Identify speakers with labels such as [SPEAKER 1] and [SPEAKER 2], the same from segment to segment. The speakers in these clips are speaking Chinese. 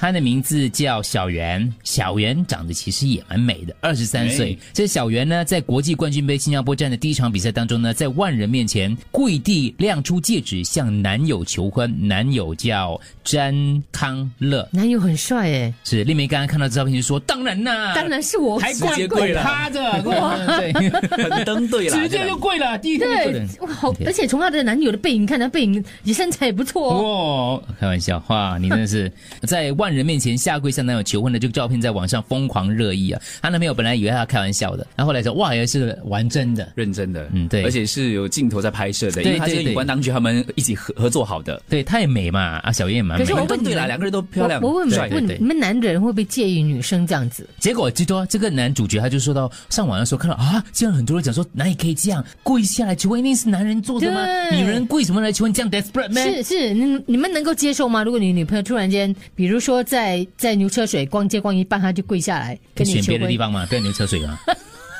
[SPEAKER 1] 她的名字叫小圆，小圆长得其实也蛮美的，二十三岁
[SPEAKER 2] 哎。
[SPEAKER 1] 这小圆呢，在国际冠军杯新加坡站的第一场比赛当中呢，在万人面前跪地亮出戒指，向男友求婚，男友叫詹康乐。
[SPEAKER 3] 男友很帅哎，
[SPEAKER 1] 是丽梅刚刚看到照片就说：“当然啦，
[SPEAKER 3] 当然是我
[SPEAKER 1] 还
[SPEAKER 2] 直接跪了
[SPEAKER 1] 趴着，对，
[SPEAKER 2] 很登对 了，
[SPEAKER 1] 直接
[SPEAKER 2] 现在
[SPEAKER 1] 就跪了，第一个就跪
[SPEAKER 3] 对
[SPEAKER 1] 了。，
[SPEAKER 3] 哇，好，而且从她的男友的背影看，她背影也身材也不错哦。
[SPEAKER 1] 哇，开玩笑，哇，你真的是在万人面前下跪向男友求婚的这个照片，在网上疯狂热议啊！她男朋友本来以为她开玩笑的，然后后来说哇，原来是玩真的。
[SPEAKER 2] 认真的，
[SPEAKER 1] 嗯对
[SPEAKER 2] 而且是有镜头在拍摄的，因
[SPEAKER 1] 对
[SPEAKER 2] 为他是
[SPEAKER 1] 对对
[SPEAKER 2] 有关当局他们一起合合作好的，
[SPEAKER 1] 对，她也美嘛，啊，小叶也蛮
[SPEAKER 3] 可
[SPEAKER 1] 美
[SPEAKER 3] 是。我
[SPEAKER 2] 很
[SPEAKER 3] 问你
[SPEAKER 2] 登对
[SPEAKER 3] 们
[SPEAKER 2] 了，两个人都漂亮，
[SPEAKER 3] 我我问
[SPEAKER 2] 帅
[SPEAKER 3] 问
[SPEAKER 1] 对
[SPEAKER 3] 你们男人会不会介意女生这样子？
[SPEAKER 1] 结果最多这个男主角他就说到上网的时候看到啊，竟然很多人讲说哪里可以这样跪下来求婚，一定是男人做的吗？
[SPEAKER 3] 对
[SPEAKER 1] 女人跪什么来求婚？这样 desperate 吗？
[SPEAKER 3] 是是，你你们能够接受吗？如果你女朋友突然间，比如说在在牛车水逛街逛一半，她就跪下来
[SPEAKER 1] 可以
[SPEAKER 3] 跟你
[SPEAKER 1] 选
[SPEAKER 3] 求
[SPEAKER 1] 别的地
[SPEAKER 3] 婚。
[SPEAKER 1] 方嘛，不要牛车水嘛。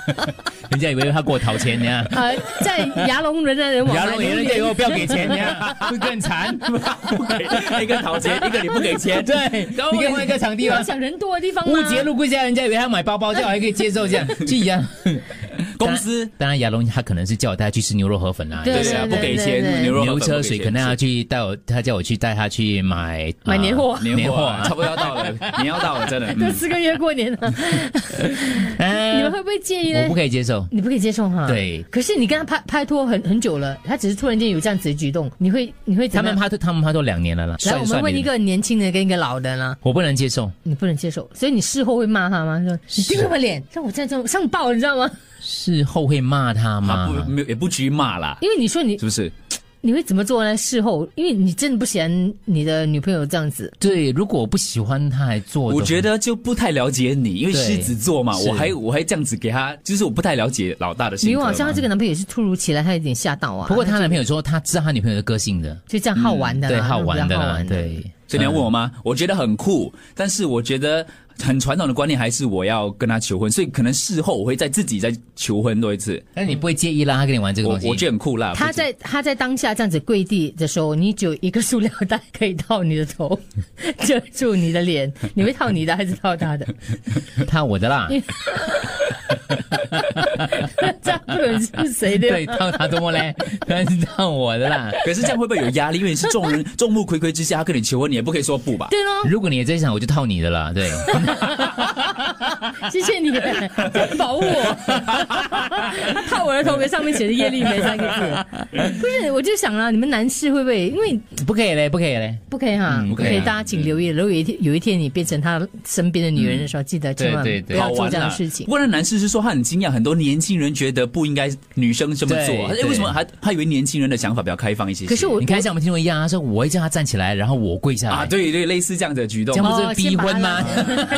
[SPEAKER 1] 人家以为他给我掏钱呢。
[SPEAKER 3] 呃，在牙龙人的人 往
[SPEAKER 1] 牙
[SPEAKER 3] 来
[SPEAKER 1] 龙也
[SPEAKER 3] 留
[SPEAKER 1] 人家以
[SPEAKER 3] 言
[SPEAKER 1] 为我不要给钱 呢，会更惨。
[SPEAKER 2] 不给 一个掏钱，一个你不给钱，
[SPEAKER 1] 对，
[SPEAKER 2] 然后
[SPEAKER 1] 你看换一个场地
[SPEAKER 3] 你
[SPEAKER 1] 吧
[SPEAKER 3] 要。想人多的地方
[SPEAKER 1] 乌
[SPEAKER 3] 吗？
[SPEAKER 1] 节路跪下，人家以为他买包包，这样还可以接受 这样，就一样。
[SPEAKER 2] 公司
[SPEAKER 1] 当然，亚龙他可能是叫我带他去吃牛肉河粉啦，
[SPEAKER 3] 对
[SPEAKER 2] 对啊，
[SPEAKER 3] 对
[SPEAKER 2] 不给
[SPEAKER 3] 对对
[SPEAKER 2] 钱，牛肉
[SPEAKER 1] 牛
[SPEAKER 2] 河粉
[SPEAKER 1] 车
[SPEAKER 2] 不给
[SPEAKER 1] 水
[SPEAKER 2] 钱
[SPEAKER 1] 可能要
[SPEAKER 2] 是
[SPEAKER 1] 去带我，他叫我去带他去买
[SPEAKER 3] 买
[SPEAKER 1] 呃
[SPEAKER 3] 年货
[SPEAKER 2] 年货啊
[SPEAKER 1] 年货啊
[SPEAKER 2] 差不多要到了， 年要到了，真的，
[SPEAKER 3] 都
[SPEAKER 2] 嗯
[SPEAKER 3] 四个月过年 了，
[SPEAKER 1] 嗯
[SPEAKER 3] 你们会不会介意呢？
[SPEAKER 1] 我不可以接受。
[SPEAKER 3] 你不可以接受哈？
[SPEAKER 1] 对
[SPEAKER 3] 可是你跟他拍拍拖很很久了，他只是突然间有这样子的举动，你会你会
[SPEAKER 1] 他
[SPEAKER 3] 怎么
[SPEAKER 1] 们
[SPEAKER 3] 样？
[SPEAKER 1] 怕都他们怕都两年了啦。
[SPEAKER 3] 来，
[SPEAKER 1] 算
[SPEAKER 3] 我
[SPEAKER 1] 算
[SPEAKER 3] 们问
[SPEAKER 1] 你
[SPEAKER 3] 一个年轻的跟一个老的啦，
[SPEAKER 1] 我不能接受。
[SPEAKER 3] 你不能接受，所以你事后会骂他吗？说 你丢什么脸，让我在这上报，你知道吗？
[SPEAKER 1] 事后会骂他
[SPEAKER 2] 他
[SPEAKER 1] 吗？
[SPEAKER 2] 不没有也不至于骂啦，
[SPEAKER 3] 因为你说你
[SPEAKER 2] 是不是？
[SPEAKER 3] 你会怎么做呢？事后，因为你真的不喜欢你的女朋友这样子，
[SPEAKER 1] 对，如果我不喜欢他还做的话，
[SPEAKER 2] 我觉得就不太了解你，因为
[SPEAKER 1] 对
[SPEAKER 2] 狮子座嘛，
[SPEAKER 1] 是
[SPEAKER 2] 我还我还这样子给他，就是我不太了解老大的
[SPEAKER 3] 因
[SPEAKER 2] 性
[SPEAKER 3] 为
[SPEAKER 2] 格
[SPEAKER 3] 好
[SPEAKER 2] 嘛。
[SPEAKER 3] 像她这个男朋友也是突如其来，她有点吓到啊。
[SPEAKER 1] 不过她
[SPEAKER 3] 她
[SPEAKER 1] 男朋友说他知道他女朋友的个性的，
[SPEAKER 3] 就这样好玩的啦，
[SPEAKER 1] 对，
[SPEAKER 3] 那种
[SPEAKER 1] 好玩
[SPEAKER 3] 比
[SPEAKER 1] 的
[SPEAKER 3] 较好
[SPEAKER 1] 啦，
[SPEAKER 3] 玩的。
[SPEAKER 1] 对。
[SPEAKER 2] 所以你要问我吗？我觉得很酷，但是我觉得很传统的观念还是我要跟他求婚，所以可能事后我会再自己再求婚多一次。
[SPEAKER 1] 但你不会介意啦，他跟你玩这个
[SPEAKER 2] 我
[SPEAKER 1] 东西？
[SPEAKER 2] 我觉得很酷啦。
[SPEAKER 3] 他
[SPEAKER 1] 啊
[SPEAKER 2] 不止
[SPEAKER 3] 在他在当下这样子跪地的时候，你只有一个塑料袋可以套你的头， 遮住你的脸，你会套你的还是套他的？
[SPEAKER 1] 他我的啦，
[SPEAKER 3] 这样不能是谁的。
[SPEAKER 1] 对，他他多么 嘞，他是当我的啦。
[SPEAKER 2] 可是这样会不会有压力？因为你是众 人众目睽睽之下，他跟你求婚，你也不可以说不吧？
[SPEAKER 3] 对咯，
[SPEAKER 1] 如果你也在想，我就套你的啦，对，
[SPEAKER 3] 谢谢你保 护我，套我的头，给上面写的“叶丽梅”三个 字。不是，我就想了，你们男士会不会因为
[SPEAKER 1] 不可以嘞，不可以嘞，
[SPEAKER 3] 不可以哈、
[SPEAKER 1] 嗯不
[SPEAKER 3] 不可
[SPEAKER 1] 可
[SPEAKER 3] 以
[SPEAKER 1] 以啊
[SPEAKER 3] 大家请留意。如果有一天有一天你变成他身边的女人的时候，记得千万
[SPEAKER 1] 对对
[SPEAKER 3] 不
[SPEAKER 1] 对啊
[SPEAKER 3] 要
[SPEAKER 2] 好
[SPEAKER 3] 做
[SPEAKER 2] 玩
[SPEAKER 3] 这样
[SPEAKER 2] 啦
[SPEAKER 3] 的事情
[SPEAKER 2] 不。过那男士是说他很惊讶，很多年轻人觉得不应该女生这么做。
[SPEAKER 1] 对
[SPEAKER 2] 哎，为什
[SPEAKER 1] 对
[SPEAKER 2] 么他他以为年轻人的想法比较开放一些些？
[SPEAKER 3] 可是我
[SPEAKER 1] 你看像我们听众一样，啊他说我会叫他站起来，然后我跪下来，
[SPEAKER 2] 啊，，对对，类似这样的举动
[SPEAKER 1] 这。样不
[SPEAKER 3] 哦
[SPEAKER 1] 是逼婚吗
[SPEAKER 3] 先？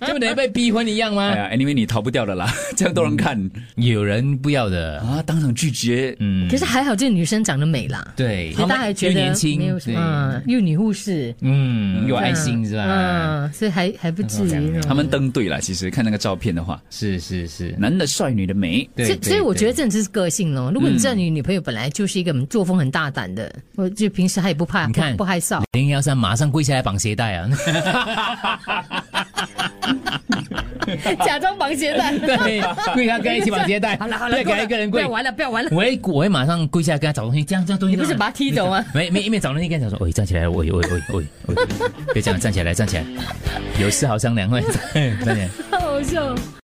[SPEAKER 1] 这不等于被逼婚一样
[SPEAKER 2] 哎
[SPEAKER 1] 吗？
[SPEAKER 2] 呀，anyway，你逃不掉的啦， 这样都能看
[SPEAKER 1] 有人不要的，
[SPEAKER 2] 嗯啊，当场拒绝。
[SPEAKER 1] 嗯
[SPEAKER 3] 可，是还好，这个女生长得美啦。
[SPEAKER 1] 对，
[SPEAKER 3] 所以大家还觉得
[SPEAKER 1] 又年
[SPEAKER 3] 没有
[SPEAKER 1] 轻，
[SPEAKER 3] 什
[SPEAKER 1] 对
[SPEAKER 3] 么，，嗯又女护士，
[SPEAKER 1] 嗯，有爱心是吧？
[SPEAKER 3] 嗯，所以还还不至于那种
[SPEAKER 2] 他们登对了，其实看那个照片的话，
[SPEAKER 1] 是是是，
[SPEAKER 2] 男的帅，女的美。
[SPEAKER 1] 对
[SPEAKER 3] 所以，所以我觉得
[SPEAKER 1] 对
[SPEAKER 3] 这只是个性咯。如果你知道你女朋友本来就是一个作风很大胆的，我就平时她也不怕，
[SPEAKER 1] 嗯你看
[SPEAKER 3] 不不 害臊。
[SPEAKER 1] 零幺三马上跪下来绑鞋带 啊！
[SPEAKER 3] 假装绑鞋带。
[SPEAKER 1] 对， 跪下跟他一起绑鞋带，
[SPEAKER 3] 好了 好了，
[SPEAKER 1] 再
[SPEAKER 3] 够
[SPEAKER 1] 给
[SPEAKER 3] 了
[SPEAKER 1] 他一个人
[SPEAKER 3] 不
[SPEAKER 1] 跪
[SPEAKER 3] 要。玩了，不要玩了。
[SPEAKER 1] 我会我会马上跪下来跟他找东西，这样这样东西
[SPEAKER 3] 你不是
[SPEAKER 1] 干嘛
[SPEAKER 3] 把他踢走吗？
[SPEAKER 1] 没没一面找东西跟他讲说，喂，站起来，喂喂喂喂喂，别这样，站起来，站起来，有事好商量，喂，站起来。
[SPEAKER 3] 好笑。哦